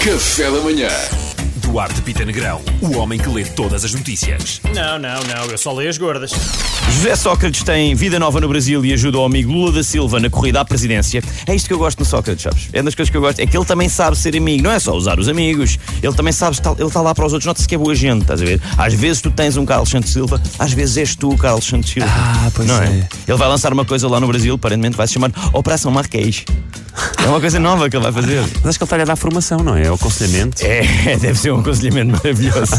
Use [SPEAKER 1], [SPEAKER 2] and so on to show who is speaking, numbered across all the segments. [SPEAKER 1] Café da Manhã.
[SPEAKER 2] Duarte Pita Negrão, o homem que lê todas as notícias.
[SPEAKER 3] Não, não, não, eu só leio as gordas.
[SPEAKER 4] José Sócrates tem vida nova no Brasil e ajuda o amigo Lula da Silva na corrida à presidência. É isto que eu gosto no Sócrates, sabes? É uma das coisas que eu gosto. É que ele também sabe ser amigo, não é só usar os amigos. Ele também sabe, estar- ele está lá para os outros, nota-se que é boa gente, estás a ver? Às vezes tu tens um Carlos Santos Silva, às vezes és tu o Carlos Santos Silva.
[SPEAKER 5] Ah, pois
[SPEAKER 4] não
[SPEAKER 5] é.
[SPEAKER 4] Ele vai lançar uma coisa lá no Brasil, aparentemente vai se chamar Operação Marquês. É uma coisa nova que ele vai fazer.
[SPEAKER 5] Mas acho que ele está-lhe a dar formação, não é? O aconselhamento.
[SPEAKER 4] É, deve ser um aconselhamento maravilhoso.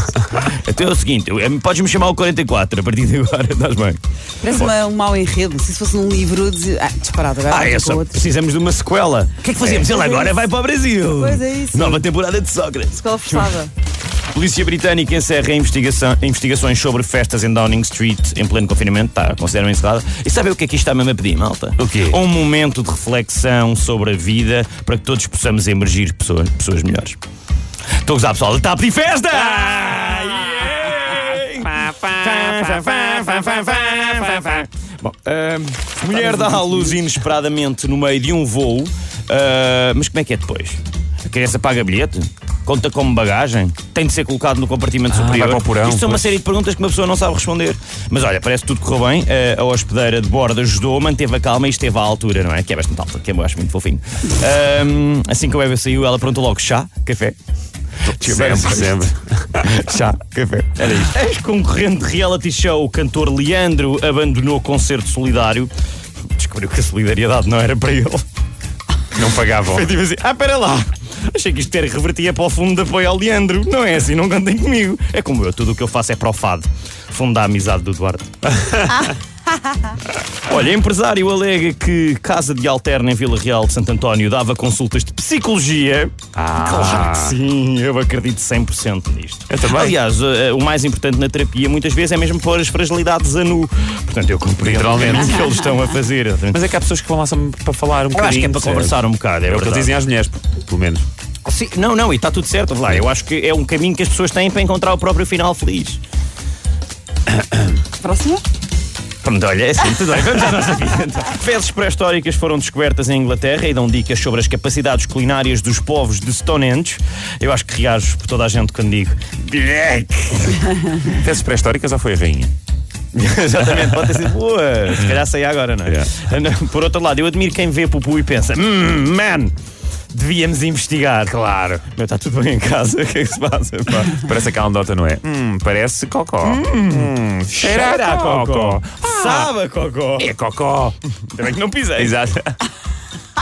[SPEAKER 4] Até é o seguinte, eu- podes-me chamar o 44 a partir de agora, estás bem?
[SPEAKER 6] Parece uma, um mau enredo. Se isso fosse num livro, eu dizia, ah, disparado, agora
[SPEAKER 4] Ah,
[SPEAKER 6] vou
[SPEAKER 4] é
[SPEAKER 6] para
[SPEAKER 4] só.
[SPEAKER 6] outro.
[SPEAKER 4] Precisamos de uma sequela. O que é que fazemos? Ele
[SPEAKER 6] Pois é
[SPEAKER 4] agora
[SPEAKER 6] isso.
[SPEAKER 4] vai para o Brasil.
[SPEAKER 6] Pois é isso.
[SPEAKER 4] Nova temporada de Sócrates.
[SPEAKER 6] Escola forçada.
[SPEAKER 4] Polícia britânica encerra investigação- investigações sobre festas em Downing Street em pleno confinamento. Está consideram encerrada. E sabe o que é que isto está mesmo a pedir, malta?
[SPEAKER 5] O quê?
[SPEAKER 4] Um momento de reflexão sobre a vida para que todos possamos emergir pessoas, pessoas melhores. Estou a gozar, pessoal. Ele Está a pedir festa! Ah! Yeah! Bom, ahm, mulher dá à luz inesperadamente no meio de um voo, ah, mas como é que é depois? A criança paga bilhete? Conta como bagagem? Tem de ser colocado no compartimento
[SPEAKER 5] Ah,
[SPEAKER 4] superior?
[SPEAKER 5] vai para o porão,
[SPEAKER 4] Isto são uma
[SPEAKER 5] pois.
[SPEAKER 4] série de perguntas que uma pessoa não sabe responder. Mas olha, parece que tudo correu bem. Ah, a hospedeira de bordo ajudou, manteve a calma e esteve à altura, não é? Que é bastante alta, que eu acho muito fofinho. Ahm, assim que o bebê saiu, ela perguntou logo chá, café.
[SPEAKER 5] Sempre, sempre.
[SPEAKER 4] Chá, café. Era isto. Ex-concorrente de reality show, o cantor Leandro abandonou o concerto solidário. Descobriu que a solidariedade não era para ele.
[SPEAKER 5] Não pagavam.
[SPEAKER 4] Foi tipo assim: ah, pera lá. Achei que isto era revertia para o fundo de apoio ao Leandro. Não é assim, não contem comigo. É como eu, tudo o que eu faço é para o fado. Fundo da amizade do Duarte. Olha, empresário alega que Casa de Alterna em Vila Real de Santo António dava consultas de psicologia. Claro que sim, eu acredito 100% nisto.
[SPEAKER 5] Eu também.
[SPEAKER 4] Aliás, eh, o mais importante na terapia muitas vezes é mesmo pôr as fragilidades a nu. Portanto, eu compreendo
[SPEAKER 5] Literalmente.
[SPEAKER 4] o que eles estão a fazer.
[SPEAKER 5] Mas é que há pessoas que vão lá só para falar um
[SPEAKER 4] eu acho que é
[SPEAKER 5] bocadinho.
[SPEAKER 4] para
[SPEAKER 5] percebe?
[SPEAKER 4] conversar um bocado, é,
[SPEAKER 5] É o que eles
[SPEAKER 4] verdade.
[SPEAKER 5] dizem às mulheres, p- pelo menos.
[SPEAKER 4] Sim, não, não, e está tudo certo. Lá, eu acho que é um caminho que as pessoas têm para encontrar o próprio final feliz.
[SPEAKER 6] Próximo?
[SPEAKER 4] Pronto, olha, é assim, tudo bem, vamos à nossa vida. então. Fezes pré-históricas foram descobertas em Inglaterra e dão dicas sobre as capacidades culinárias dos povos de Stonehenge. Eu acho que reajo por toda a gente quando digo Black.
[SPEAKER 5] Fezes pré-históricas ou foi a rainha?
[SPEAKER 4] Exatamente, pode ter sido boa. Se calhar sei agora, não é? Não, Por outro lado, eu admiro quem vê Pupu e pensa: Hum, man, devíamos investigar. Claro. Meu, está tudo bem em casa, o que é que se passa? Pá?
[SPEAKER 5] Parece aquela andota, não é? Hum, parece cocó. Hum, cheira, a cocó.
[SPEAKER 4] Sabe, Cocó.
[SPEAKER 5] É cocó.
[SPEAKER 4] Também que não pisei.
[SPEAKER 5] Exato.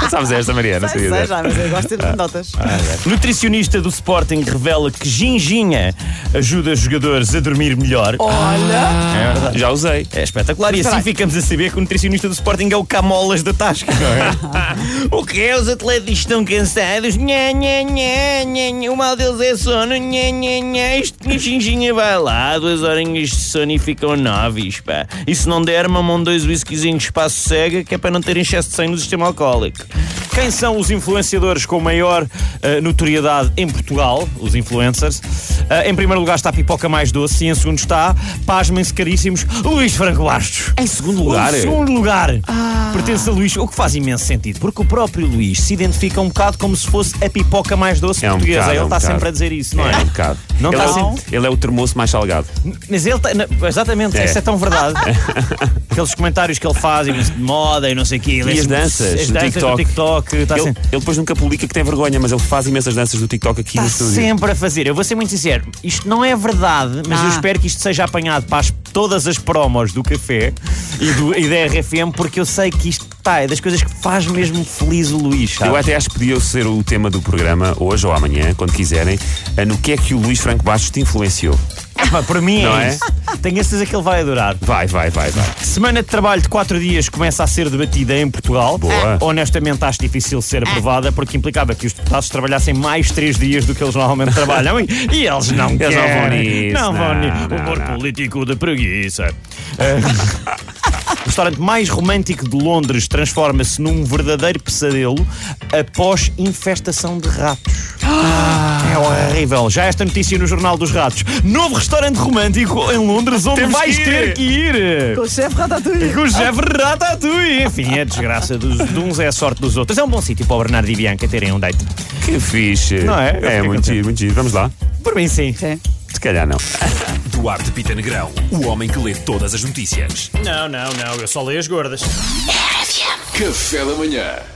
[SPEAKER 5] Não sabes esta, Maria, não
[SPEAKER 6] Sei,
[SPEAKER 5] sabia
[SPEAKER 6] sei
[SPEAKER 5] desta.
[SPEAKER 6] já, mas eu gosto de notas.
[SPEAKER 4] Ah, é. Nutricionista do Sporting revela que ginginha ajuda os jogadores a dormir melhor.
[SPEAKER 6] Olha,
[SPEAKER 4] É verdade.
[SPEAKER 5] Já usei.
[SPEAKER 4] É espetacular e assim ficamos a saber que o nutricionista do Sporting é o Camolas da Tasca, não é? o que é? Os atletas estão cansados. Nha, nha, nha, nha, nha. O mal deles é sono. Nha, nha, nha. Isto que ginginha vai lá. Duas horinhas de sono e ficam novis, pá. E se não der, mamam dois whiskyzinhos de espaço cega que é para não ter excesso de sangue no sistema alcoólico. Quem são os influenciadores com maior eh, notoriedade em Portugal? Os influencers. Eh, em primeiro lugar está a Pipoca Mais Doce e em segundo está, pasmem-se caríssimos, Luís Franco Bastos.
[SPEAKER 5] Em segundo Ah.
[SPEAKER 4] Em segundo lugar, pertence a Luís, o que faz imenso sentido, porque o próprio Luís se identifica um bocado como se fosse a pipoca mais doce
[SPEAKER 5] É um
[SPEAKER 4] portuguesa.
[SPEAKER 5] bocado, é
[SPEAKER 4] ele
[SPEAKER 5] um
[SPEAKER 4] está
[SPEAKER 5] bocado.
[SPEAKER 4] sempre a dizer isso, não é?
[SPEAKER 5] É um bocado.
[SPEAKER 4] Não
[SPEAKER 5] ele,
[SPEAKER 4] tá
[SPEAKER 5] é
[SPEAKER 4] assim.
[SPEAKER 5] o, ele é o termoço mais salgado.
[SPEAKER 4] Mas ele tá- na- exatamente,
[SPEAKER 5] É.
[SPEAKER 4] isso é tão verdade. Aqueles comentários que ele faz e de moda e não sei o quê.
[SPEAKER 5] E
[SPEAKER 4] ele é
[SPEAKER 5] as
[SPEAKER 4] sempre-
[SPEAKER 5] danças
[SPEAKER 4] As
[SPEAKER 5] do
[SPEAKER 4] danças
[SPEAKER 5] TikTok.
[SPEAKER 4] do TikTok. Está
[SPEAKER 5] Ele,
[SPEAKER 4] sempre,
[SPEAKER 5] ele depois nunca publica que tem vergonha, mas ele faz imensas danças do TikTok aqui no
[SPEAKER 4] tá
[SPEAKER 5] estúdio.
[SPEAKER 4] sempre a fazer. Eu vou ser muito sincero, isto não é verdade, mas eu
[SPEAKER 6] Ah.
[SPEAKER 4] espero que isto seja apanhado para as- todas as promos do café e, do, e da RFM, porque eu sei que isto tá, é das coisas que faz mesmo feliz o Luís. sabe?
[SPEAKER 5] Eu até acho que podia ser o tema do programa hoje ou amanhã, quando quiserem, eh, no que é que o Luís Franco Bastos te influenciou.
[SPEAKER 4] Pá, para mim
[SPEAKER 5] Não
[SPEAKER 4] é,
[SPEAKER 5] é?
[SPEAKER 4] isso. Tenho a certeza que ele vai adorar.
[SPEAKER 5] Vai, vai, vai, vai.
[SPEAKER 4] Semana de trabalho de 4 dias começa a ser debatida em Portugal. Ah.
[SPEAKER 5] Boa.
[SPEAKER 4] Honestamente, acho difícil ser aprovada porque implicava que os deputados trabalhassem mais 3 dias do que eles normalmente trabalham. E, e eles não
[SPEAKER 5] Eles não
[SPEAKER 4] querem.
[SPEAKER 5] vão nisso,
[SPEAKER 4] Não vão
[SPEAKER 5] não,
[SPEAKER 4] nisso.
[SPEAKER 5] não,
[SPEAKER 4] Humor
[SPEAKER 5] não.
[SPEAKER 4] político de preguiça. Ah. O restaurante mais romântico de Londres transforma-se num verdadeiro pesadelo após infestação de ratos. É horrível. Já esta notícia no Jornal dos Ratos. Novo restaurante romântico em Londres onde
[SPEAKER 5] Temos
[SPEAKER 4] vais
[SPEAKER 5] que ir.
[SPEAKER 4] ter que ir.
[SPEAKER 6] Com o chefe Ratatouille.
[SPEAKER 4] Com o chefe Ratatouille. Enfim, é a desgraça dos, de uns, é a sorte dos outros. É um bom sítio para o Bernardo e Bianca terem um date.
[SPEAKER 5] Que fixe.
[SPEAKER 4] Não é? Eu
[SPEAKER 5] É,
[SPEAKER 4] fiquei
[SPEAKER 5] muito
[SPEAKER 4] contente.
[SPEAKER 5] giro, muito giro. Vamos lá.
[SPEAKER 4] Por mim, sim.
[SPEAKER 6] Sim.
[SPEAKER 5] Se calhar não.
[SPEAKER 2] Duarte Pita Negrão, o homem que lê todas as notícias.
[SPEAKER 3] Não, não, não, eu só leio as gordas.
[SPEAKER 1] Café da manhã.